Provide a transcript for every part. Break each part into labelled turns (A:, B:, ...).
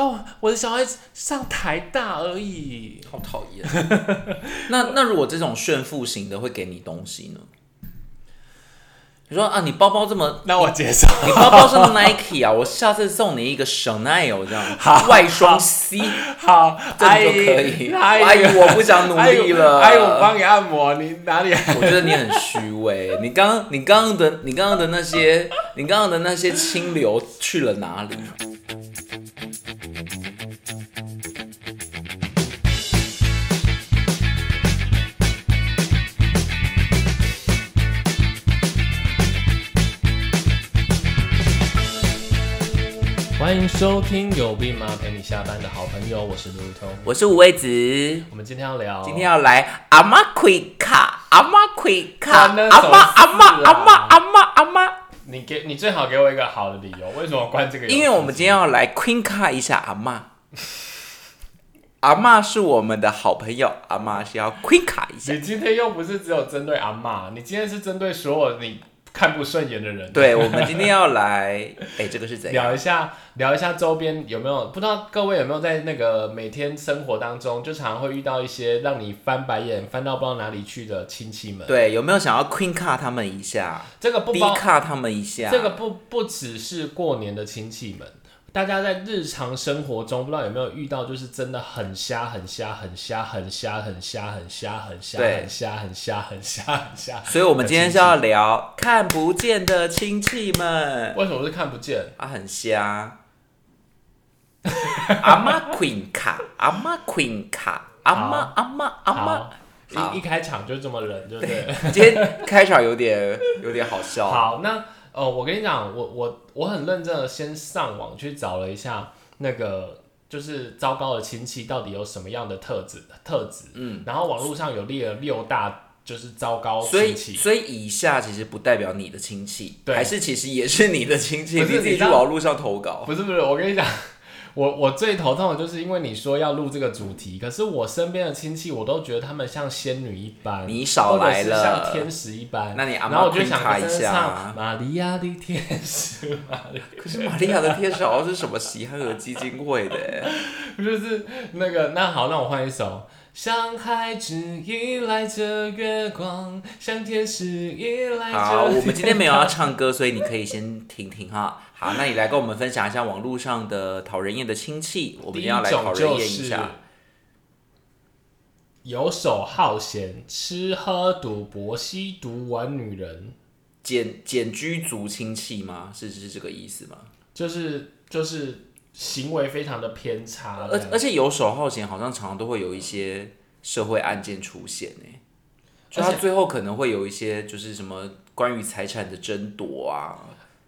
A: 哦我的小孩上台大而已。
B: 好讨厌。 那那如果这种炫富型的会给你东西呢？你说啊，你包包这么，
A: 那我接受，
B: 你包包是 Nike 啊，我 下次送你一个 Chanel 这 样，外双 C，
A: 好，
B: 这
A: 阿
B: 样就
A: 姨，
B: 可以。阿
A: 阿
B: 姨，我不想努力了。
A: 阿姨，我帮你按摩，你哪里？
B: 我觉得你很虚 伪，你刚你刚刚的你刚刚的那些，你刚刚的那些清流去了哪里？
A: 欢迎收听有病吗？陪你下班的好朋友，我是卢通。
B: 我是五味子，
A: 我们今天要聊，
B: 今天要来阿妈奎卡，阿妈奎卡，
A: 关那
B: 阿
A: 种
B: 妈阿妈
A: 事啊
B: 阿妈阿妈阿妈，
A: 你给你最好给我一个好的理由，为什么关这个游戏？
B: 因为我们今天要来 Queen 卡一下阿妈。阿妈是我们的好朋友，阿妈是要 Queen 卡一下。
A: 你今天又不是只有针对阿嬷，你今天是针对所有你看不顺眼的人。
B: 对，我们今天要来，哎，这个是怎样？
A: 聊一下，聊一下周边有没有？不知道各位有没有在那个每天生活当中，就常常会遇到一些让你翻白眼、翻到不知道哪里去的亲戚们。
B: 对，有没有想要 Queen 卡他们一下
A: 这个不
B: ，D
A: 包，
B: 卡他们一下？
A: 这个不不只是过年的亲戚们，大家在日常生活中，不知道有没有遇到，就是真的很瞎、很瞎、很瞎、很瞎、很瞎、很瞎、很瞎、
B: 对
A: 很瞎、很瞎、很瞎、很瞎。
B: 所以，我们今天是要聊看不见的亲戚们
A: 为什么是看不见？
B: 啊，很瞎。阿妈 Queen 卡，阿妈 Queen 卡，阿妈阿妈阿妈。
A: 好，
B: 好
A: 一一开场就这么冷，对不对？
B: 今天开场有点有点好笑，
A: 好，那呃，我跟你讲，我我我很认真的先上网去找了一下那个。就是糟糕的亲戚到底有什么样的特质？特质，嗯，然后网络上有列了六大，就是糟糕
B: 所以
A: 亲戚。
B: 所以以下其实不代表你的亲戚，
A: 对
B: 还是其实也是你的亲戚，
A: 不
B: 你
A: 是
B: 自己
A: 你知
B: 去
A: 道
B: 网络上投稿。
A: 不是不是，我跟你讲，我 我最头痛的就是因为你说要录这个主题，可是我身边的亲戚，我都觉得他们像仙女一般，
B: 你少来
A: 或者是像
B: 了，
A: 天使一般。
B: 那你阿嬷
A: 然后我就想
B: queen 卡
A: 跟
B: 一
A: 着
B: 下
A: 唱
B: 啊
A: 《玛利亚的天使》，玛利
B: 可是玛利亚的天使好像是什么喜憨儿基金会 的欸，
A: 就是那个，那好，那我换一首。像孩子依赖着月光，像天使依赖着。
B: 好，我们今 天没有要唱歌，所以你可以先听听哈。好，那你来跟我们分享一下网络上的讨人厌的亲戚，我们
A: 第
B: 一
A: 一
B: 定要来讨
A: 种
B: 人
A: 就
B: 厌
A: 是
B: 一下。
A: 游手好闲，吃喝赌博，吸毒玩女人，
B: 简简居族亲戚吗？是是这个意思吗？
A: 就是就是行为非常的偏差
B: 而
A: 的。
B: 而且游手好闲，好像常常都会有一些社会案件出现呢、就他
A: 而且
B: 最后可能会有一些就是什么关于财产的争夺啊，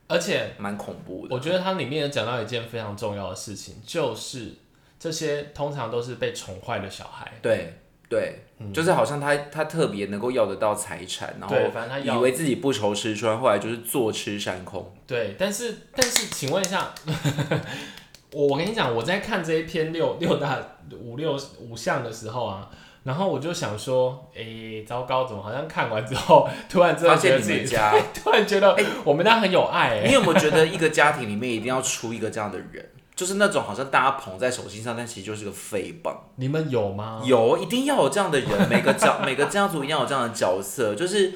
A: 而且
B: 蛮恐怖的。
A: 我觉得它里面有讲到一件非常重要的事情，就是这些通常都是被宠坏的小孩。
B: 对对，就是好像他他特别能够要得到财产，然
A: 嗯
B: 后
A: 对反正他要
B: 以为自己不愁吃穿，后来就是坐吃山空。
A: 对，但是但是，请问一下，我我跟你讲，我在看这一篇六六大五六五项的时候啊，然后我就想说，诶、糟糕，怎么好像看完之后，突然真
B: 发
A: 的觉
B: 现
A: 得
B: 你
A: 自
B: 们哎
A: 己，
B: 家，
A: 突然觉得我们家很有爱、欸诶
B: 你有没有觉得一个家庭里面一定要出一个这样的人？就是那种好像大家捧在手心上，但其实就是个废棒。
A: 你们有吗？
B: 有，一定要有这样的人， 每个家每个家族一定要有这样的角色，就是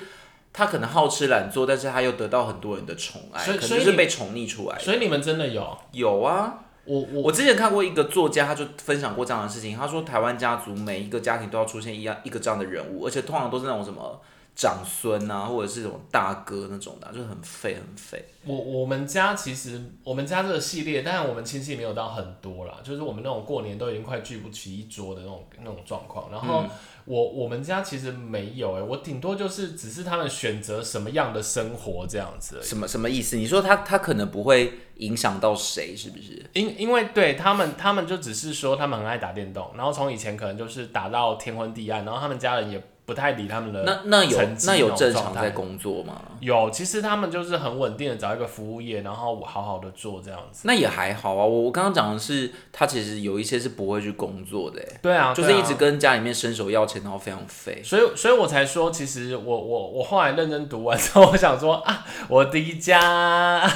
B: 他可能好吃懒做，但是他又得到很多人的宠爱，
A: 所以
B: 可
A: 所
B: 能
A: 以
B: 是
A: 你
B: 被宠溺出来的。
A: 所以你们真的有？
B: 有啊，
A: 我我
B: 我之前看过一个作家，他就分享过这样的事情，他说台湾家族每一个家庭都要出现一样一个这样的人物，而且通常都是那种什么长孙啊，或者是这种大哥那种的啊，就很废很废。
A: 我我们家其实我们家这个系列，当然我们亲戚没有到很多啦，就是我们那种过年都已经快聚不起一桌的那种那种状况。然
B: 嗯
A: 后我我们家其实没有哎、我顶多就是只是他们选择什么样的生活这样子而已。
B: 什么什么意思？你说他他可能不会影响到谁，是不是？
A: 因因为对他们，他们就只是说他们很爱打电动，然后从以前可能就是打到天昏地暗，然后他们家人也不太理他们的。
B: 那那有
A: 成绩
B: 那有
A: 那种
B: 正
A: 状
B: 常
A: 态
B: 在工作吗？
A: 有，其实他们就是很稳定的找一个服务业，然后好好的做这样子。
B: 那也还好啊。我我刚刚讲的是，他其实有一些是不会去工作的、欸，
A: 对啊，
B: 就
A: 对
B: 是
A: 啊
B: 一直跟家里面伸手要钱，然后非常废。
A: 所以，所以我才说，其实我我我后来认真读完之后，我想说啊，我的家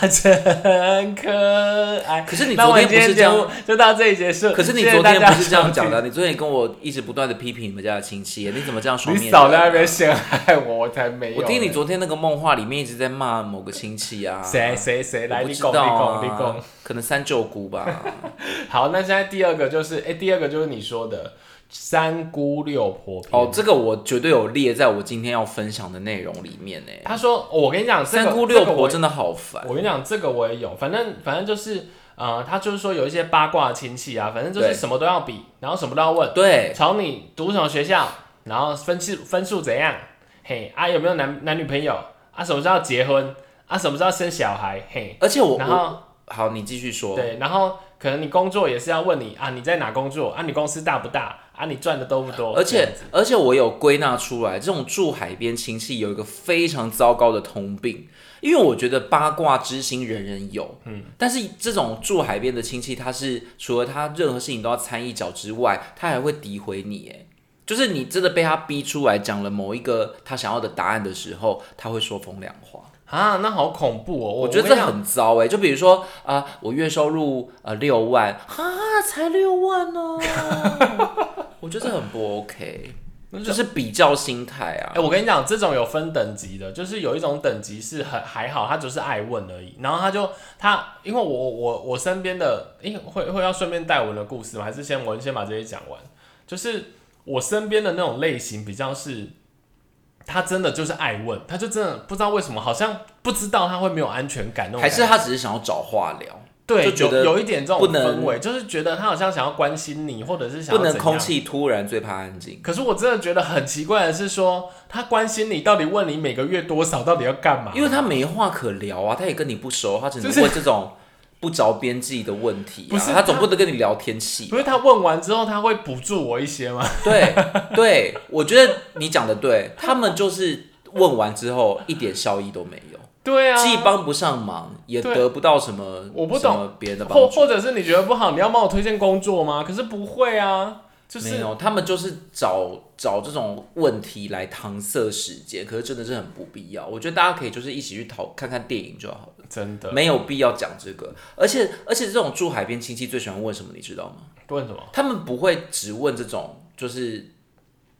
A: 真可爱。
B: 可是你
A: 那
B: 昨
A: 我们今
B: 天不是
A: 天
B: 这
A: 节
B: 样
A: 目就到这里结束。
B: 可是你
A: 谢谢
B: 昨
A: 大
B: 天
A: 家
B: 不是这样讲
A: 收
B: 的啊、你昨天也跟我一直不断的批评你们家的亲戚耶，你怎么这样
A: 听，
B: 双
A: 你
B: 面人
A: 少在那
B: 啊？
A: 边陷害我，我才没有。
B: 我听你昨天那个梦话里面一直在骂某个亲戚啊，
A: 谁谁谁来，
B: 我不
A: 你
B: 知
A: 拱
B: 道
A: 你拱你
B: 啊
A: 拱。，
B: 可能三舅姑 吧。
A: 好，那现在第二个就是，哎、第二个就是你说的三姑六婆篇
B: 哦，这个我绝对有列在我今天要分享的内容里面呢。
A: 他说，哦我跟你讲，这个
B: 三姑六
A: 这个
B: 婆
A: 我
B: 真的好烦，
A: 我跟你讲，这个我也有，反正反正就是，呃，他就是说有一些八卦亲戚啊，反正就是
B: 对
A: 什么都要比，然后什么都要问，
B: 对，
A: 从你读什么学校，然后分数分数怎样，嘿啊有没有男男女朋友啊，什么时候要结婚啊，什么时候要生小孩，嘿，
B: 而且我
A: 然
B: 我
A: 后
B: 好，你继续说。
A: 对，然后可能你工作也是要问你啊，你在哪工作啊，你公司大不大啊，你赚的多不多，
B: 而
A: 这样
B: 且而且我有归纳出来，这种住海边亲戚有一个非常糟糕的通病，因为我觉得八卦之心人人有，嗯，但是这种住海边的亲戚，他是除了他任何事情都要掺一脚之外，他还会诋毁你，哎，就是你真的被他逼出来讲了某一个他想要的答案的时候，他会说风凉话。
A: 啊，那好恐怖哦，我
B: 我觉得
A: 跟
B: 这
A: 你讲
B: 很糟哎、就比如说啊、我月收入呃六万，哈，才六万 哦，我觉得这很不 OK，就是比较心态啊
A: 哎、。我跟你讲，这种有分等级的，就是有一种等级是很还好，他只是爱问而已。然后他就他，因为我我我身边的，因为会会要顺便带文的故事吗？还是先文先把这些讲完？就是我身边的那种类型比较是，他真的就是爱问，他就真的不知道为什么，好像不知道他会没有安全感那种
B: 还
A: 感
B: 是
A: 觉。
B: 他只是想要找话聊，
A: 对，
B: 就觉得
A: 有有一点这种
B: 不能
A: 氛围，就是觉得他好像想要关心你，或者是想
B: 不
A: 要
B: 能
A: 怎
B: 空
A: 样
B: 气突然最怕安静。
A: 可是我真的觉得很奇怪的是说他关心你到底问你每个月多少，到底要干嘛？
B: 因为他没话可聊啊，他也跟你不熟，他只能
A: 就是
B: 问这种不着边际的问题、啊。
A: 不是
B: 他总不能跟你聊天气
A: 不。是他问完之后他会补助我一些吗？
B: 对对，我觉得你讲的对，他们就是问完之后一点效益都没有。
A: 对啊，
B: 既帮不上忙，也
A: 对
B: 得不到什么，
A: 我不
B: 什
A: 懂
B: 么别人的帮
A: 或
B: 助。
A: 或者是你觉得不好，你要帮我推荐工作吗？可是不会啊，就
B: 没
A: 是
B: 有，他们就是找找这种问题来搪塞时间，可是真的是很不必要。我觉得大家可以就是一起去讨看看电影就好了，
A: 真的
B: 没有必要讲这个。而且而且这种住海边亲戚最喜欢问什么，你知道吗？
A: 问什么？
B: 他们不会只问这种，就是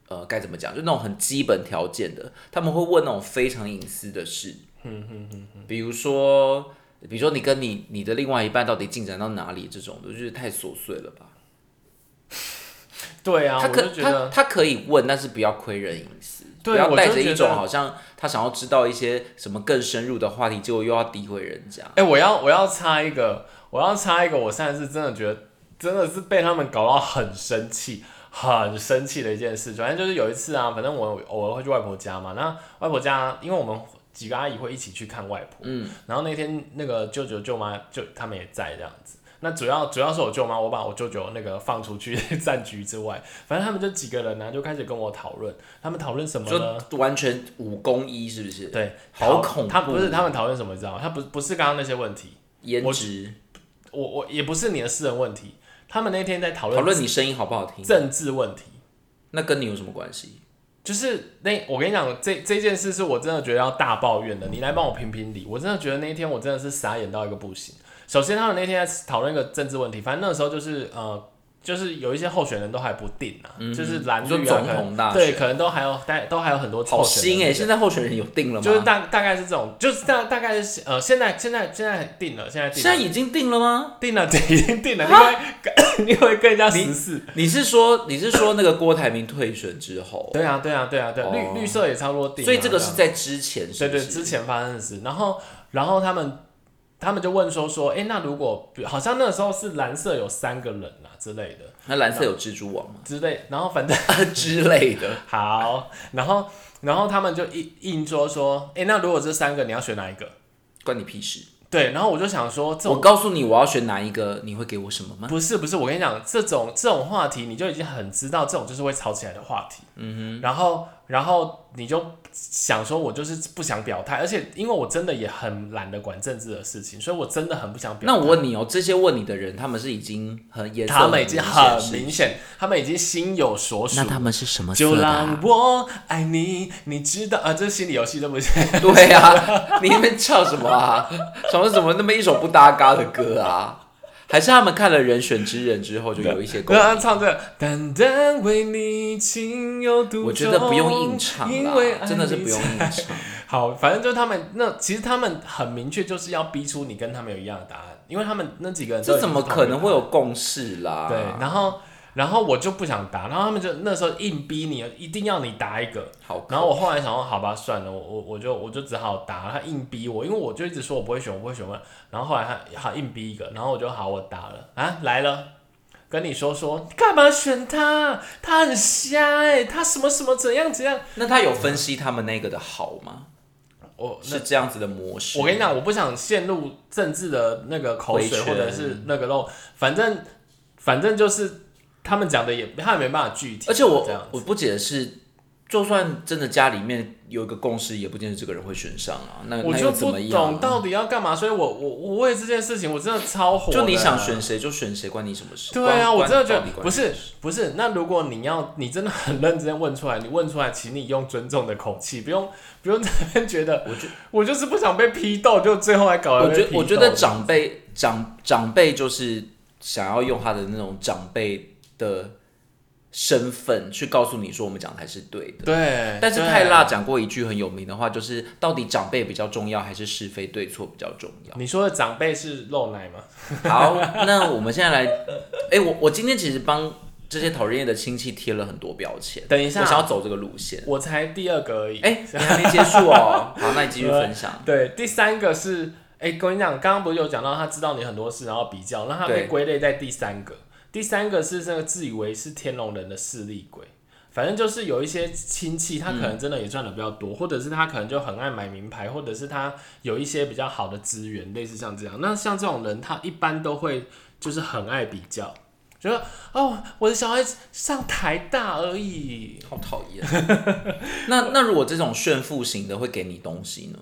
B: 呃该怎么讲，就那种很基本条件的，他们会问那种非常隐私的事，比如说，比如说你跟你你的另外一半到底进展到哪里这种的，就是太琐碎了吧？
A: 对啊，
B: 他
A: 我
B: 可
A: 就觉
B: 他
A: 得
B: 他可以问，但是不要亏人隐私，
A: 对
B: 不要
A: 我
B: 带
A: 就
B: 着
A: 觉
B: 一种
A: 得
B: 好像他想要知道一些什么更深入的话题，结果又要诋毁人家。
A: 哎、我要我要插一个，我要插一个，我现在是真的觉得真的是被他们搞到很生气，很生气的一件事。反正就是有一次啊，反正我偶尔会去外婆家嘛，那外婆家因为我们几个阿姨会一起去看外婆，嗯，然后那天那个舅舅舅妈就他们也在这样子。那主要主要是我舅妈，我把我舅舅那个放出去 战局之外，反正他们就几个人呢、啊就开始跟我讨论，他们讨论什么呢？
B: 就完全五攻一是不是？
A: 对，讨
B: 好恐
A: 他不是
B: 怖
A: 他们讨论什么，你知道吗？他不不是刚刚那些问题，
B: 颜
A: 我
B: 值
A: 我我也不是你的私人问题，他们那天在讨
B: 讨
A: 论
B: 论你声音好不好听，
A: 政治问题，
B: 那跟你有什么关系？
A: 就是那我跟你讲，这这件事是我真的觉得要大抱怨的，你来帮我评评理，我真的觉得那一天我真的是傻眼到一个不行。首先，他们那天在讨论一个政治问题，反正那时候就是呃，就是有一些候选人都还不定啊，就是蓝
B: 嗯你说
A: 绿啊，
B: 总
A: 可能
B: 统大
A: 对，
B: 选
A: 可能都还有大都还有很多
B: 好
A: 候选
B: 新
A: 人
B: 哎、
A: 对不对
B: 现在候选人有定了吗？
A: 就是大大概是这种，就是大大概是呃，现在现在现在定了，现在定
B: 现
A: 了
B: 在已经定了吗？
A: 定了，对已经定了，因为因为跟人 家十四。
B: 你是说你是说那个郭台铭退选之后，
A: 对啊，对啊，对啊，对啊
B: 哦
A: 绿绿色也差不多定啊、
B: 所以这个是
A: 啊
B: 在之前是
A: 对
B: 不
A: 对
B: 是
A: 之前发生的事。然后然后他们他们就问说说，哎，那如果好像那时候是蓝色有三个人啊之类的
B: 那蓝色有蜘蛛网吗？
A: 之类，然后反正
B: 之类的，
A: 好，然后然后他们就硬硬说说，哎，那如果这三个你要选哪一个？
B: 关你屁事！
A: 对，然后我就想说这
B: 我
A: 种。
B: 告诉你我要选哪一个，你会给我什么吗？
A: 不是不是，我跟你讲，这种这种话题你就已经很知道，这种就是会吵起来的话题。嗯哼。然后然后你就想说，我就是不想表态，而且因为我真的也很懒得管政治的事情，所以我真的很不想表态。
B: 那我问你哦，这些问你的人，他们是已经很严肃，
A: 他们已经很明
B: 显，
A: 显，他们已经心有所属
B: 那。他们是什么
A: 就
B: 色的
A: 让
B: 啊？
A: 我爱你，你知道啊？这是心理游戏，对不 对？
B: 对啊， 你那边唱什么啊？想说怎么那么一首不搭嘎的歌啊？还是他们看了《人选之人》之后就有一些共
A: 对
B: 鸣？
A: 啊，唱这个单单为你情有独钟。
B: 我觉得不用硬唱
A: 哦因
B: 啦
A: 为爱，
B: 真的是
A: 你
B: 不用
A: 才
B: 硬 唱。
A: 好，反正就是他们那，其实他们很明确，就是要逼出你跟他们有一样的答案，因为他们那几个人都
B: 这
A: 已经
B: 怎么
A: 是同一
B: 可能
A: 个
B: 会有
A: 答
B: 共识啦？
A: 案？对，然后然后我就不想答，然后他们就那时候硬逼你，一定要你答一个。
B: 好，
A: 然后我后来想说，好吧，算了，我我我就我就只好答他硬逼我，因为我就一直说我不会选，我不会选嘛。然后后来他他硬逼一个，然后我就好，我答了啊来了，跟你说说你干嘛选他？他很瞎哎、他什么什么怎样怎样？
B: 那他有分析他们那个的好吗？
A: 我那
B: 是这样子的模式。
A: 我跟你讲，我不想陷入政治的那个口水
B: 回圈
A: 或者是那个漏，反正反正就是他们讲的也他也没办法具体，
B: 而且我
A: 这样
B: 我不解的是，就算真的家里面有一个共识，也不见得这个人会选上啊。那
A: 我
B: 那
A: 就
B: 又怎
A: 不
B: 么样
A: 懂
B: 啊？
A: 到底要干嘛，所以我我我为这件事情我真的超火的，
B: 就你想选谁就选谁，关你什么事？
A: 对啊，
B: 关
A: 我真的觉
B: 关你
A: 得
B: 关
A: 不
B: 你
A: 是不是。那如果你要，你真的很认真问出来，你问出来，请你用尊重的口气，不用不用在那边觉得，我就我就是不想被批斗，就最后还搞得
B: 我
A: 被
B: 觉
A: 批斗
B: 我觉得长辈长长辈就是想要用他的那种长辈的身份去告诉你说我们讲才是对的。
A: 对，
B: 但是
A: 对
B: 泰辣讲过一句很有名的话，就是到底长辈比较重要还是是非对错比较重要？
A: 你说的长辈是露奶吗？
B: 好，那我们现在来，哎、我我今天其实帮这些讨人厌的亲戚贴了很多标签。
A: 等一下
B: 我想要走这个路线。
A: 我才第二个而已。
B: 哎、你还没结束哦。好，那你继续分享。
A: 对，第三个是，哎、跟你讲，刚刚不是有讲到他知道你很多事，然后比较，那他被
B: 对
A: 归类在第三个。第三个是这个自以为是天龙人的势利鬼，反正就是有一些亲戚，他可能真的也赚的比较多，或者是他可能就很爱买名牌，或者是他有一些比较好的资源，类似像这样。那像这种人，他一般都会就是很爱比较，觉得哦，我的小孩上台大而已，
B: 好讨厌。 那那如果这种炫富型的会给你东西呢？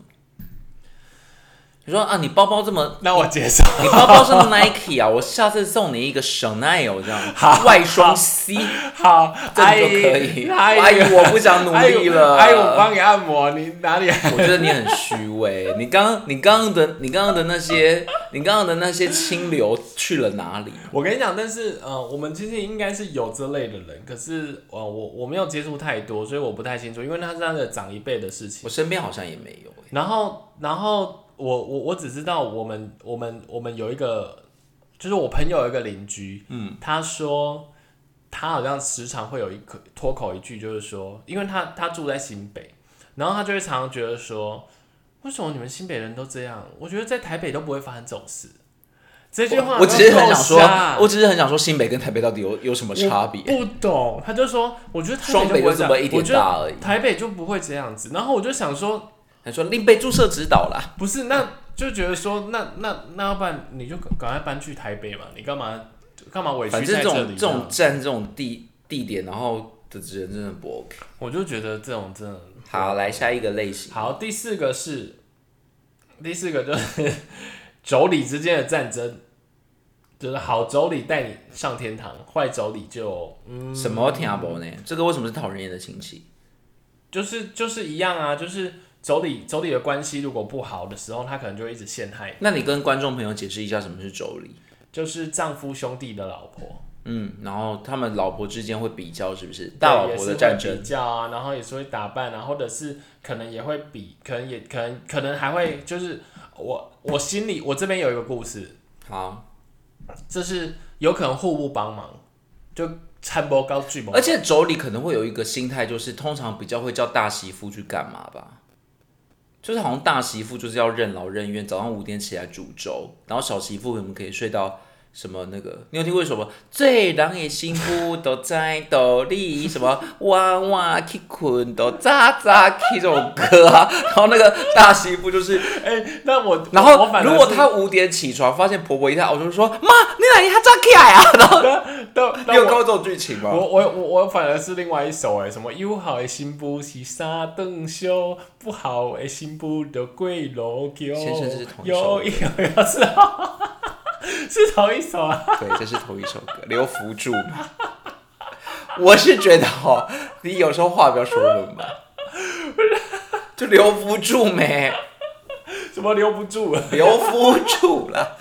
B: 你说啊，你包包这么，
A: 那我接受。
B: 你包包是 Nike 啊，我下次送你一个 Chanel 这样，外双 C，
A: 好，
B: 这
A: 阿
B: 样就
A: 姨，
B: 可以。
A: 阿姨，
B: 阿姨，我不想努
A: 哎呦
B: 力了。
A: 哎呦，我帮你按摩，你哪里？
B: 我觉得你很虚伪。你刚你刚刚的你刚刚的那些你刚刚的那些清流去了哪里？
A: 我跟你讲，但是呃，我们其实应该是有这类的人，可是呃，我我没有接触太多，所以我不太清楚，因为那是他的长一辈的事情
B: 我。身边好像也没有、欸。
A: 然后，然后我我我只知道我们我们我们有一个，就是我朋友有一个邻居，嗯，他说他好像时常会有一口脱口一句，就是说，因为他他住在新北，然后他就会常常觉得说，为什么你们新北人都这样？我觉得在台北都不会发生这种事。这句话
B: 我只是很想
A: 够
B: 说
A: 瞎，
B: 我只是很想说新北跟台北到底有有什么差别？
A: 不懂，他就说，我觉得台
B: 双
A: 北
B: 北
A: 就不会这
B: 就这
A: 样
B: 么一点大而已
A: 我觉得。台北就不会这样子。然后我就想说，
B: 还说另被注射指导啦，
A: 不是，那就觉得说，那那那要不然你就赶快搬去台北嘛，你干嘛干嘛委屈
B: 反正
A: 在
B: 这
A: 这
B: 种
A: 里？
B: 这种，站这种地地点，然后的人真的不 OK。
A: 我就觉得这种真的
B: 好，来下一个类型。
A: 好。第四个是，第四个就是 妯娌之间的战争，就是好妯娌带你上天堂，坏妯娌就嗯，
B: 什么听不呢？这个为什么是讨人厌的亲戚？
A: 就是就是一样啊，就是妯娌妯娌的关系如果不好的时候，他可能就会一直陷害你，
B: 那你跟观众朋友解释一下什么是妯娌？
A: 就是丈夫兄弟的老婆。
B: 嗯，然后他们老婆之间会比较，是不是？大老
A: 对也
B: 婆
A: 是
B: 的
A: 会
B: 战争
A: 比较啊，然后也是会打扮啊，或者是可能也会比，可能也可能可能还会就是我我心里我这边有一个故事，
B: 好，
A: 就是有可能互不帮忙，就参谋高巨谋
B: 而，且妯娌可能会有一个心态，就是通常比较会叫大媳妇去干嘛吧，就是好像大媳妇就是要任劳任怨，早上五点起来煮粥，然后小媳妇可能可以睡到什么那个，你有听过什么“最人的幸福都在斗里” 什么“晚晚去困都早早去”这种歌啊，然后那个大媳 妇就是
A: 哎、那我
B: 然
A: 我
B: 后
A: 反而
B: 如果
A: 是
B: 她五点起床，发现婆婆一下，我就说妈，你哪一下早起来啊？然后
A: 到
B: 你有看过这种剧情吗？
A: 我我我我反而是另外一首哎，什么友好的心不是沙邓修，不好的心不的贵楼桥。
B: 先生这是同一首
A: 有一有有是 啊，是同一首啊。
B: 对，这是同一首歌，刘福柱。我是觉得哦，你有时候话不要说那么满，就留不住没，
A: 什么留不住啊了？
B: 留不住了。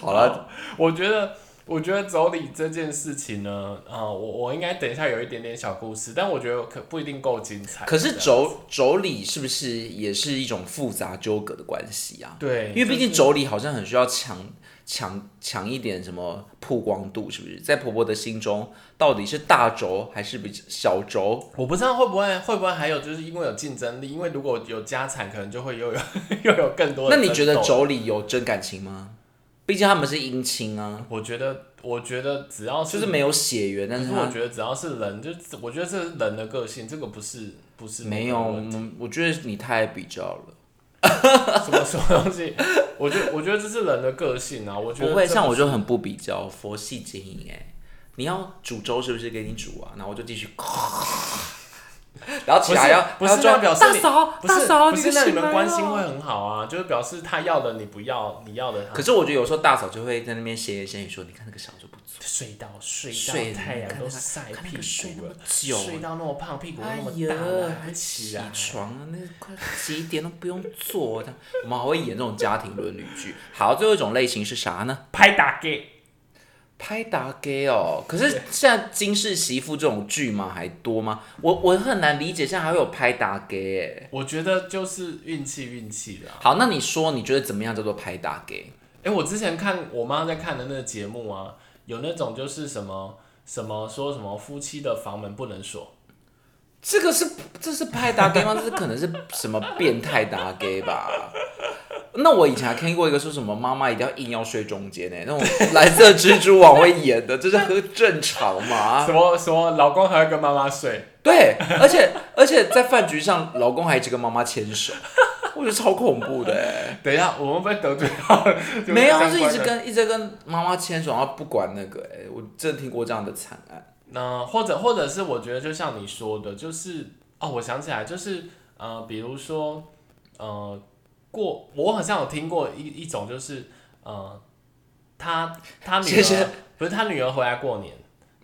B: 好了，
A: 我觉得，我觉得走礼这件事情呢，啊、我我应该等一下有一点点小故事，但我觉得可不一定够精彩。
B: 可是
A: 这样
B: 妯妯娌是不是也是一种复杂纠葛的关系啊？
A: 对，
B: 因为毕竟
A: 就是
B: 妯娌好像很需要强强强一点什么曝光度，是不是？在婆婆的心中，到底是大轴还是比较小轴？
A: 我不知道会不会会不会还有就是因为有竞争力，因为如果有家产，可能就会又有 又有更多的争
B: 那
A: 斗。
B: 你觉得妯娌有真感情吗？毕竟他们是姻亲啊，
A: 我觉得，我觉得只要
B: 就是没有血缘，但
A: 可
B: 是
A: 是我
B: 他
A: 觉得只要是人，就是我觉得这是人的个性，这个不是不是
B: 没有。嗯我觉得你太爱比较了，
A: 什么什么东西。我觉得我觉得这是人的个性啊，我觉得
B: 不会
A: 这
B: 像我就很不比较，佛系经营哎、你要煮粥是不是给你煮啊？然后我就继续， 然后起来要
A: 不是不
B: 要
A: 是那
B: 装
A: 表示
B: 大
A: 你
B: 嫂
A: 不
B: 大
A: 是
B: 嫂，
A: 不
B: 的
A: 是那你
B: 醒
A: 们
B: 来
A: 关
B: 了
A: 心会很好啊，就是表示他要的你不要，你要的他
B: 可。是我觉得有时候大嫂就会在那边闲言闲语说：“你看那个小就不错，
A: 睡到睡
B: 睡
A: 到太
B: 看
A: 阳都
B: 他
A: 晒
B: 看那
A: 屁
B: 个睡
A: 股
B: 那
A: 了
B: 么，久
A: 睡到那么胖，屁股又
B: 哎
A: 那么
B: 呀
A: 大了，，还
B: 还
A: 不
B: 起
A: 起来？
B: 床啊，那快几点都不用做的。我们还会演这种家庭伦理剧。好，最后一种类型是啥呢？
A: 拍打给
B: 拍打给哦。可是现在金氏媳妇这种剧嘛还多吗？我我很难理解，现在还会有拍打给耶。
A: 我觉得就是运气运气啦。
B: 好，那你说你觉得怎么样叫做拍打给？
A: 哎、我之前看我妈在看的那个节目啊，有那种就是什么什么说什么夫妻的房门不能锁，
B: 这个是这是拍打给吗？这是可能是什么变态打给吧？那我以前还听过一个说什么妈妈一定要硬要睡中间欸呢、那种蓝色蜘蛛网会演的，这是很正常嘛？
A: 什么什么老公还会跟妈妈睡，
B: 对，而且而且在饭局上，老公还一直跟妈妈牵手，我觉得超恐怖的、欸。
A: 等一下我们被得罪到 了，就是
B: 没有，他
A: 相
B: 是一
A: 关
B: 直
A: 的。
B: 跟一直跟妈妈牵手，然后不管那个、欸，我真的听过这样的惨案。
A: 那或者或者是我觉得就像你说的，就是哦，我想起来，就是呃，比如说呃，过我好像有听过一一种就是呃，他他女
B: 谢嗯谢
A: 儿不是他女儿回来过年。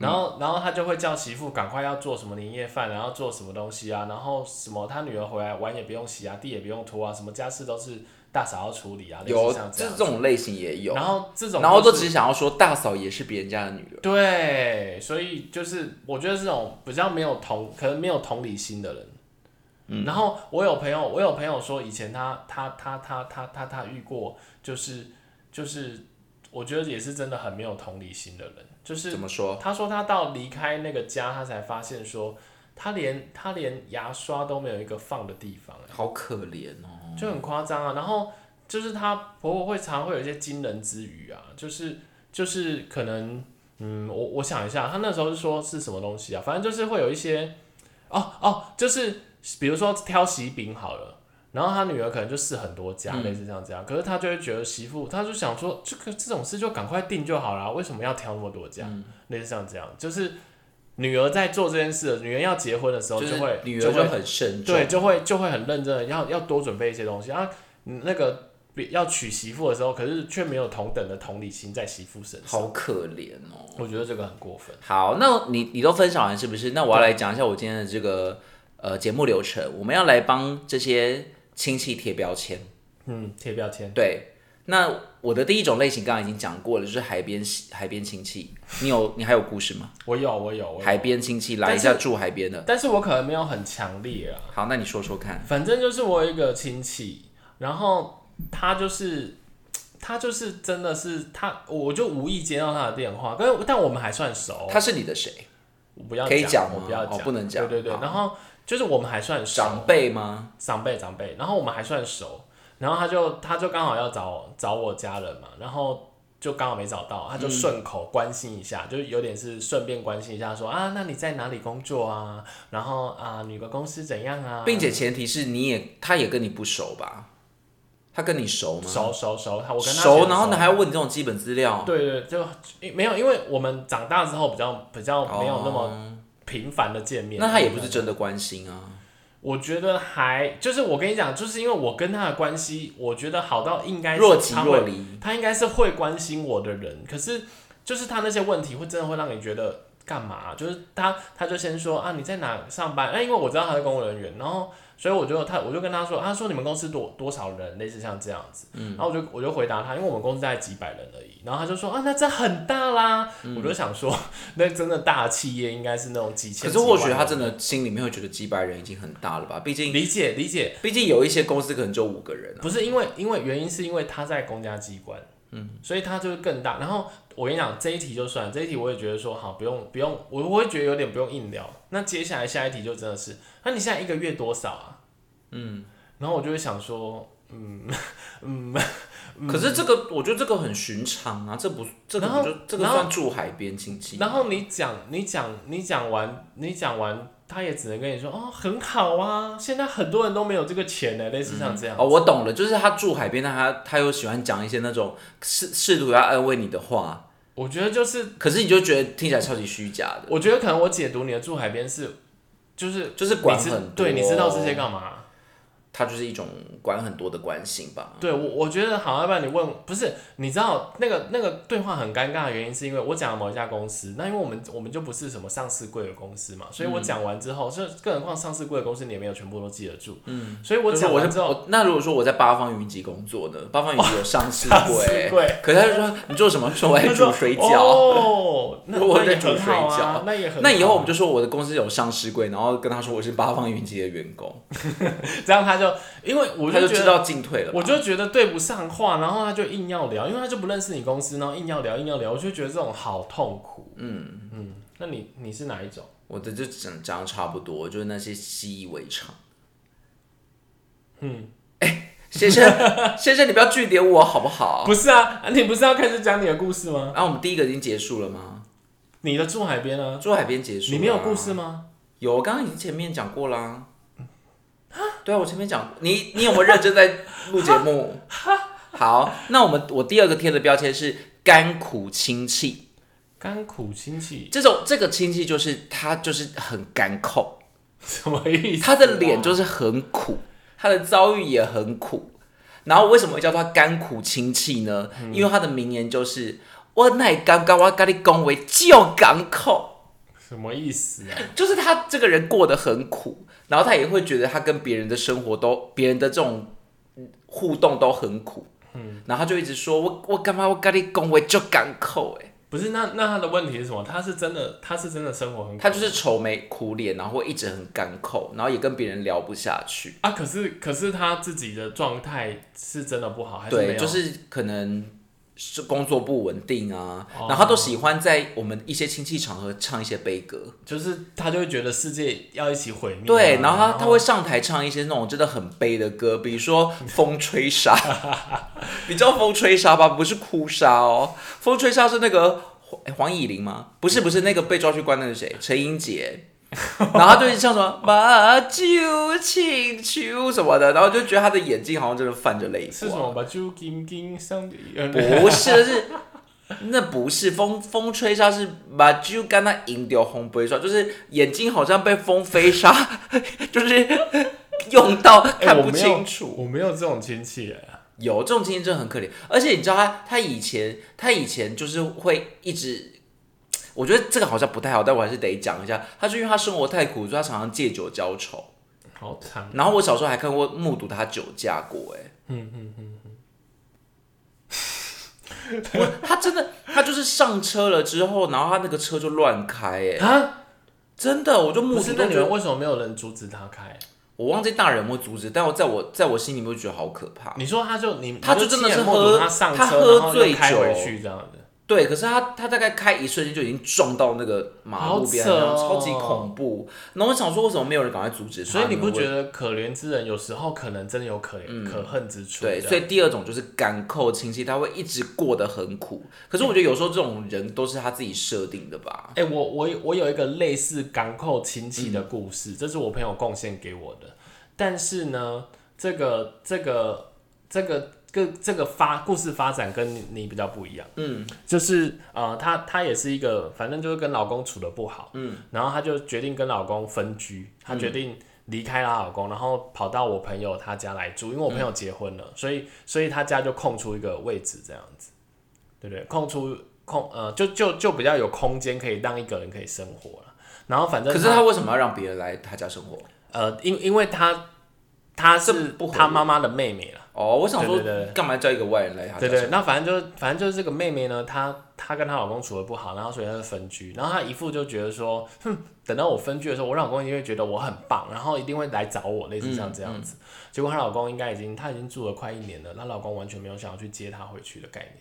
A: 然后，然后他就会叫媳妇赶快要做什么年夜饭，然后做什么东西啊，然后什么他女儿回来碗也不用洗啊，地也不用拖啊，什么家事都是大嫂要处理啊，类似
B: 有
A: 像这
B: 这
A: 样。
B: 种类型也有，
A: 然后这种
B: 然后
A: 就
B: 都只是想要说大嫂也是别人家的女儿。
A: 对，所以就是我觉得这种比较没有同，可能没有同理心的人。
B: 嗯
A: 然后我有朋友，我有朋友说，以前他他他他他他他遇过，就是就是，我觉得也是真的很没有同理心的人，就是
B: 怎么说？
A: 他说他到离开那个家，他才发现说，他连他连牙刷都没有一个放的地方，
B: 好可怜哦。
A: 就很夸张啊。然后就是她婆婆会常会有一些惊人之语啊，就是就是可能，嗯，我我想一下，她那时候是说是什么东西啊？反正就是会有一些，哦哦，就是比如说挑喜饼好了。然后她女儿可能就试很多
B: 嗯
A: 家，类似这样这样，可是她就会觉得媳妇，她就想说这个这种事就赶快定就好啦，为什么要挑那么多家？
B: 嗯
A: 类似像这样，啊就是女儿在做这件事，女儿要结婚的时候
B: 就是
A: 会
B: 女儿
A: 哦就
B: 就
A: 会
B: 很慎重，
A: 对，就会就会很认真的要要多准备一些东西。然后那个比要娶媳妇的时候，可是却没有同等的同理心在媳妇身上，
B: 好可怜哦。
A: 我觉得这个很过分。
B: 好，那你你都分享完是不是？那我要来讲一下我今天的这个呃节目流程，我们要来帮这些亲戚贴标签。
A: 嗯，贴标签，
B: 对，那我的第一种类型刚刚已经讲过了，就是海边海边亲戚。你有你还有故事吗？
A: 我有，我有，我有，
B: 海边亲戚来一下住海边的。
A: 但是我可能没有很强烈啊。
B: 好，那你说说看。
A: 反正就是我有一个亲戚，然后他就是。他就是真的是他，我就无意接到他的电话，但但我们还算熟，
B: 他是你的谁？
A: 我不要
B: 可以讲
A: 我
B: 吗
A: 不要
B: 哦不能讲
A: 对对对，
B: 好
A: 然后就是我们还算熟，
B: 长辈吗？
A: 长辈长辈，然后我们还算熟，然后他就他就刚好要找找我家人嘛，然后就刚好没找到，他
B: 嗯
A: 就顺口关心一下，就有点是顺便关心一下说啊，那你在哪里工作啊？然后啊，你的公司怎样啊？
B: 并且前提是你也他也跟你不熟吧？他跟你熟吗？
A: 熟熟熟，他我跟他
B: 熟
A: 其实
B: 然后
A: 熟
B: 呢还要问你这种基本资料？
A: 对对，就因没有，因为我们长大之后比较比较没有那么
B: 哦
A: 频繁的见面。
B: 那他也不是真的关心啊。
A: 我觉得还就是我跟你讲，就是因为我跟他的关系，我觉得好到应该是
B: 若即
A: 他
B: 若
A: 会
B: 离。
A: 他应该是会关心我的人，可是就是他那些问题会真的会让你觉得干嘛？啊就是他他就先说啊你在哪上班？那、因为我知道他是公务人员，然后所以我就他我就跟他说，他说你们公司多多少人，类似像这样子，
B: 嗯
A: 然后我就我就回答他，因为我们公司大概几百人而已，然后他就说啊那这很大啦，
B: 嗯
A: 我就想说 那真的大企业应该是那种几
B: 可
A: 千，
B: 是或许
A: 几万
B: 他
A: 人
B: 真的心里面会觉得几百人已经很大了吧？毕竟
A: 理解理解，
B: 毕竟有一些公司可能就五个人啊。
A: 不是因为因为原因是因为他在公家机关，嗯，所以他就会更大。然后我跟你讲这一题就算了，这一题我也觉得说好不用不用，我我会觉得有点不用硬聊。那接下来下一题就真的是，那你现在一个月多少啊？嗯，然后我就会想说，
B: 可是这个我觉得这个很寻常啊，这不这
A: 嗯
B: 个
A: 然后
B: 不就这个
A: 然后
B: 算住海边亲戚。
A: 然后你讲你讲你讲完你讲完，他也只能跟你说哦很好啊，现在很多人都没有这个钱呢，类似像这样。
B: 哦，我懂了，就是他住海边，但他他又喜欢讲一些那种试试图要安慰你的话，
A: 我觉得就是
B: 可是你就觉得听起来超级虚假的，
A: 我觉得可能我解读你的住海边是，就是
B: 就是管
A: 你知
B: 很多
A: 对，你知道这些干嘛？
B: 他就是一种管很多的关心吧。
A: 对我，我觉得好，要不然你问，不是，你知道那个那个对话很尴尬的原因，是因为我讲了某一家公司，那因为我们我们就不是什么上市贵的公司嘛，所以我讲完之后，就更何况上市贵的公司你也没有全部都记得住，嗯，所以我
B: 就是
A: 讲
B: 我
A: 完
B: 在
A: 之后，
B: 我哦那如果说我在八方云集工作呢，八方云集有上市
A: 哦上市
B: 柜，
A: 贵，
B: 可是他就说你做什么？说我在
A: 他说
B: 煮水饺。
A: 哦，那
B: 我
A: 那
B: 在
A: 也
B: 煮
A: 很好
B: 水
A: 啊
B: 饺，
A: 那也很好，
B: 那以后我们就说我的公司有上市柜，然后跟他说我是八方云集的员工，
A: 这样他就，因为我
B: 他
A: 就
B: 就
A: 觉
B: 知
A: 得。
B: 道进退了吧。
A: 我就觉得对不上话，然后他就硬要聊，因为他就不认识你公司，然后硬要聊，硬要聊，我就觉得这种好痛苦。嗯嗯，那你你是哪一种？
B: 我的就讲讲得差不多，就是那些习以为常。嗯，哎、先生，先生，你不要据点我好不好？
A: 不是啊，你不是要开始讲你的故事吗？
B: 然后、我们第一个已经结束了吗？
A: 你的住海边啊，
B: 住海边结束、
A: 你没有故？事吗？
B: 有，我刚刚已经前面讲过啦。对啊，我前面讲，你你有没有认真在录节目？好，那我们我第二个贴的标签是甘苦亲戚，
A: 甘苦亲戚
B: 这种这个亲戚就是他就是很甘口，
A: 什么意思啊？
B: 他的脸就是很苦，他的遭遇也很苦。然后为什么会叫他甘苦亲戚呢？因为他的名言就是“我乃刚刚我跟你恭维就港口
A: 什么意思啊？”，
B: 就是他这个人过得很苦，然后他也会觉得他跟别人的生活都，别人的这种互动都很苦。嗯，然后他就一直说：“我我干嘛我跟你恭维就港口？”哎，
A: 不是，那那他的问题是什么？他是真的，他是真的生活很苦
B: 他就是愁眉苦脸，然后会一直很干口，然后也跟别人聊不下去。
A: 啊，可是可是他自己的状态是真的不好，还是没
B: 对，
A: 有？
B: 就是可能是工作不稳定啊，
A: 哦
B: 然后他都喜欢在我们一些亲戚场合唱一些悲歌，
A: 就是他就会觉得世界要一起毁灭啊、
B: 对，然后他他会上台唱一些那种真的很悲的歌，比如 说《风吹沙》， 你知道《风吹沙》吧？不是哭沙哦，《风吹沙》是那个黄诶黄以玲吗？不是，不是那个被抓去关的是谁？陈英 杰。然后他就一直唱什么“把酒请求”什么的，然后就觉得他的眼睛好像真的泛着泪光。
A: 是什么吧？就金金上帝，呃
B: 不是，是那不是风风吹沙，是把就跟他引掉红杯沙，就是眼睛好像被风飞沙， 就是用到
A: 哎
B: 看
A: 我
B: 不
A: 没有
B: 清楚。
A: 我没有这种亲戚哎、
B: 有这种亲戚真的很可怜，而且你知道他他以前他以前就是会一直。我觉得这个好像不太好，但我还是得讲一下。他就因为他生活太苦，所以他常常借酒浇愁。
A: 好惨。
B: 然后我小时候还看过目睹他酒驾过、哎，
A: 嗯
B: 嗯嗯嗯，我他真的，他就是上车了之后，然后他那个车就乱开、哎，
A: 啊，
B: 真的，我就目
A: 不
B: 睹
A: 是，
B: 都
A: 那
B: 觉
A: 你
B: 得
A: 们为什么没有人阻止他开？
B: 我忘记大人有没有阻止，但我在我在我心里面就觉得好可怕。
A: 你说他就你，
B: 他
A: 你
B: 就真的是
A: 亲眼目睹
B: 喝
A: 他上车，
B: 他喝
A: 然后又
B: 醉
A: 开回
B: 酒
A: 去这样子。
B: 对，可是他他大概开一瞬间就已经撞到那个马路边，
A: 好扯
B: 然
A: 哦
B: 后超级恐怖。然后我想说，为什么没有人赶快阻止他？
A: 所以你不
B: 没有
A: 觉得可怜之人有时候可能真的有可怜、可恨之处？
B: 嗯对，
A: 这样
B: 所以第二种就是赶扣亲戚，他会一直过得很苦。可是我觉得有时候这种人都是他自己设定的吧。
A: 哎、我我我有一个类似港口亲戚
B: 嗯
A: 的故事，这是我朋友贡献给我的。但是呢，这个这个这个跟这个发故事发展跟你你比较不一样，
B: 嗯
A: 就是呃，她她也是一个，反正就是跟老公处的不好，
B: 嗯
A: 然后她就决定跟老公分居，她决定离开她老公，然后跑到我朋友他家来住，因为我朋友结婚
B: 嗯
A: 了，所以所以他家就空出一个位置这样子，对不对？空出空呃，就就就比较有空间可以让一个人可以生活了。然后反正
B: 可是
A: 她
B: 他为什么要让别人来他家生活？
A: 呃，因因为她她是
B: 不合
A: 她
B: 理
A: 妈妈的妹妹啦。
B: 哦，我想说
A: 对对对，
B: 干嘛叫一个外人来他
A: 对
B: 家？
A: 对，，那反正就是反正就是这个妹妹呢，她她跟她老公处的不好，然后所以她就分居，然后她姨父就觉得说，哼，等到我分居的时候，我老公一定会觉得我很棒，然后一定会来找我，类似像这样子。
B: 嗯
A: 结果她老公应该已经她已经住了快一年了，她老公完全没有想要去接她回去的概念。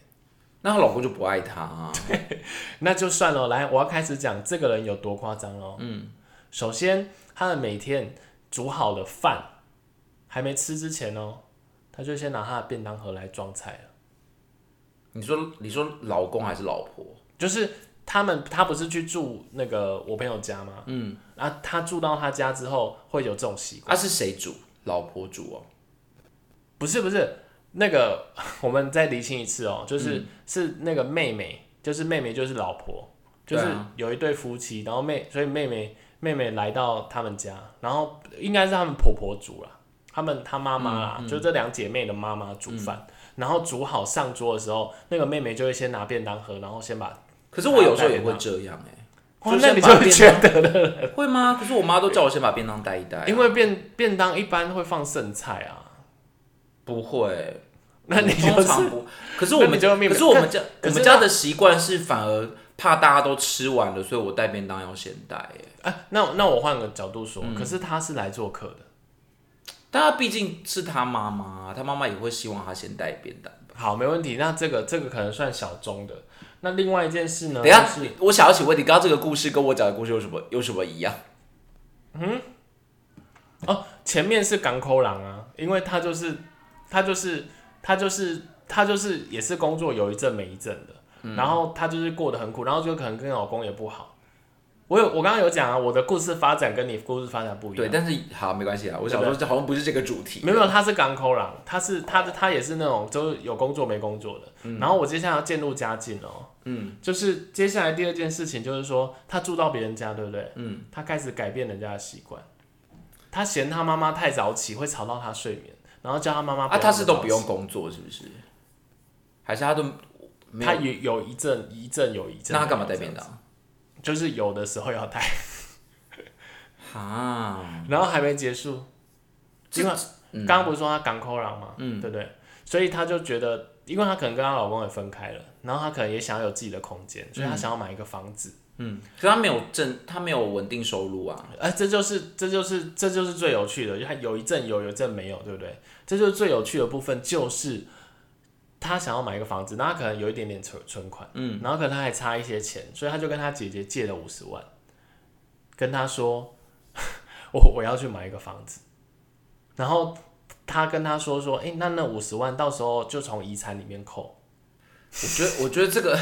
B: 那她老公就不爱她、啊。
A: 那就算了，来，我要开始讲这个人有多夸张喽。嗯，首先她的每天煮好的饭还没吃之前哦，她就先拿她的便当盒来装菜了。
B: 你说你说老公还是老婆？
A: 就是他们他不是去住那个我朋友家吗？嗯，啊，他住到他家之后会有这种习惯，
B: 啊是谁煮？老婆煮哦。
A: 不是不是那个， 我们再厘清一次哦，就是、是那个妹妹，就是妹妹就是老婆，就
B: 对啊
A: 是有一对夫妻，然后妹所以妹妹妹妹来到他们家，然后应该是他们婆婆煮啦，他们她妈妈啦，就这两姐妹的妈妈煮饭。然后煮好上桌的时候，那个妹妹就会先拿便当盒，然后先把，
B: 可是我有时候也会这样哎、
A: 哇
B: 就，是
A: 哦那你
B: 把
A: 就会
B: 便
A: 觉 得
B: 会吗？可是我妈都叫我先把便当带一带啊、
A: 因为便便当一般会放剩菜啊，
B: 不会，
A: 那你就
B: 通
A: 是
B: 常不。可是我
A: 那
B: 们
A: 你就命
B: 可是我们家
A: 可
B: 我
A: 是
B: 们家的习惯是反而怕大家都吃完了，所以我带便当要先带哎、
A: 哎、那那我换个角度说，可是他是来做客的。
B: 但她毕竟是她妈妈，她妈妈也会希望她先带便当。
A: 好，没问题。那这个这个可能算小中的。那另外一件事呢？
B: 等一下
A: 就是，
B: 我想要请问你，刚刚这个故事跟我讲的故事有什么有什么一样？
A: 哦，前面是港口狼啊，因为他就是他就是他就是他就是也是工作有一阵没一阵的，
B: 嗯
A: 然后他就是过得很苦，然后就可能跟老公也不好。我有我刚刚有讲啊，我的故事发展跟你故事发展不一样。
B: 对，但是好没关系啊，我想
A: 对
B: 说这好像不是这个主题。
A: 没有，没有他是港口狼，他是他的他也是那种就是有工作没工作的。然后我接下来要渐入佳境哦，
B: 嗯，
A: 就是接下来第二件事情就是说，他住到别人家，对不对？
B: 嗯，
A: 他开始改变人家的习惯，他嫌他妈妈太早起会吵到他睡眠，然后叫他妈妈不
B: 啊，
A: 要
B: 他是
A: 那么
B: 都
A: 早
B: 不用
A: 起，
B: 工作是不是？还是他都没
A: 他
B: 有？
A: 有有一阵一阵有一阵，
B: 那他干嘛带便？当？
A: 就是有的时候要带，
B: 啊，
A: 然后还没结束，
B: 这
A: 因为
B: 嗯
A: 刚刚不是说她港口狼吗？
B: 嗯
A: 对不对？所以她就觉得，因为她可能跟她老公也分开了，然后她可能也想要有自己的空间，所以她想要买一个房子。
B: 嗯，可他没有正，他没有稳定收入啊。
A: 哎、这就是这就是这就是最有趣的，就它有一阵有，有一阵没有，对不对？这就是最有趣的部分，就是她想要买一个房子，那她可能有一点点存存款，
B: 嗯，
A: 然后可能她还差一些钱，所以她就跟她姐姐借了五十万，跟她说， 我我要去买一个房子，然后她跟她说说，哎、那那五十万到时候就从遗产里面扣，
B: 我觉得，我觉得这个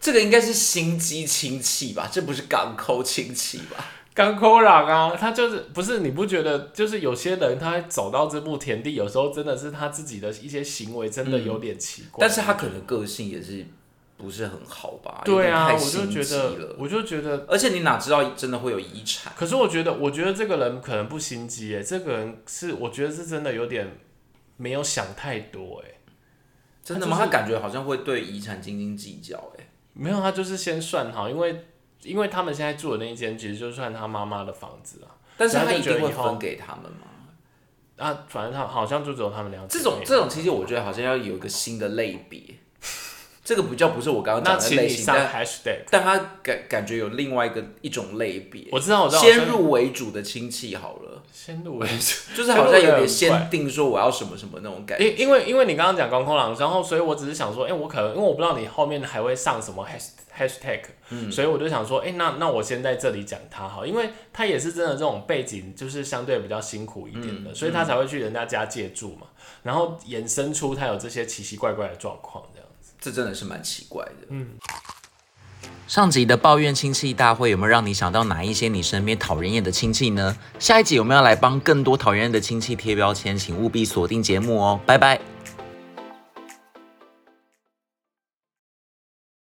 B: 这个应该是心机亲戚吧，这不是港口亲戚吧？
A: 刚抠朗啊，他就是不是你不觉得就是有些人他走到这步田地，有时候真的是他自己的一些行为真的有点奇怪。嗯
B: 但是他可能个性也是不是很好吧？有
A: 对
B: 点
A: 啊，
B: 太
A: 我就
B: 心
A: 觉
B: 机
A: 得，
B: 了。
A: 我就觉得，
B: 而且你哪知道真的会有遗产？
A: 可是我觉得，我觉得这个人可能不心机诶，这个人是我觉得是真的有点没有想太多诶，
B: 真的吗？
A: 他
B: 他
A: 就是
B: 感觉好像会对遗产斤斤计较、欸，
A: 没有他就是先算好，因为因为他们现在住的那一间其实就算他妈妈的房子啊，
B: 但是
A: 然后
B: 他
A: 就
B: 一
A: 觉得
B: 定会
A: 以后
B: 分给他们吗？
A: 啊，反正他好像就只有他们两
B: 这种这种亲戚，我觉得好像要有一个新的类别， 这个比较不是我刚刚
A: 那
B: 讲的
A: 请
B: 类
A: 你
B: 型，
A: 上
B: 但
A: hashtag，
B: 但他感感觉有另外一个一种类别，
A: 我知道我知道，
B: 先入为主的亲戚好了，
A: 先入为主。
B: 就是好像有点
A: 先入为主
B: 先定说我要什么什么那种感觉。
A: 因因为因为你刚刚讲高空狼，然后所以我只是想说，哎、我可能因为我不知道你后面还会上什么 hash hashtag，、所以
B: 嗯
A: 我就想说，哎、那那我先在这里讲他好，因为他也是真的这种背景，就是相对比较辛苦一点
B: 嗯
A: 的，所以他才会去人家家借住嘛，然后衍生出他有这些奇奇怪怪的状况这样。
B: 这真的是蛮奇怪的。嗯。上集的抱怨亲戚大会有没有让你想到哪一些你身边讨人厌的亲戚呢？下一集我们要来帮更多讨人厌的亲戚贴标签，请务必锁定节目哦，拜拜。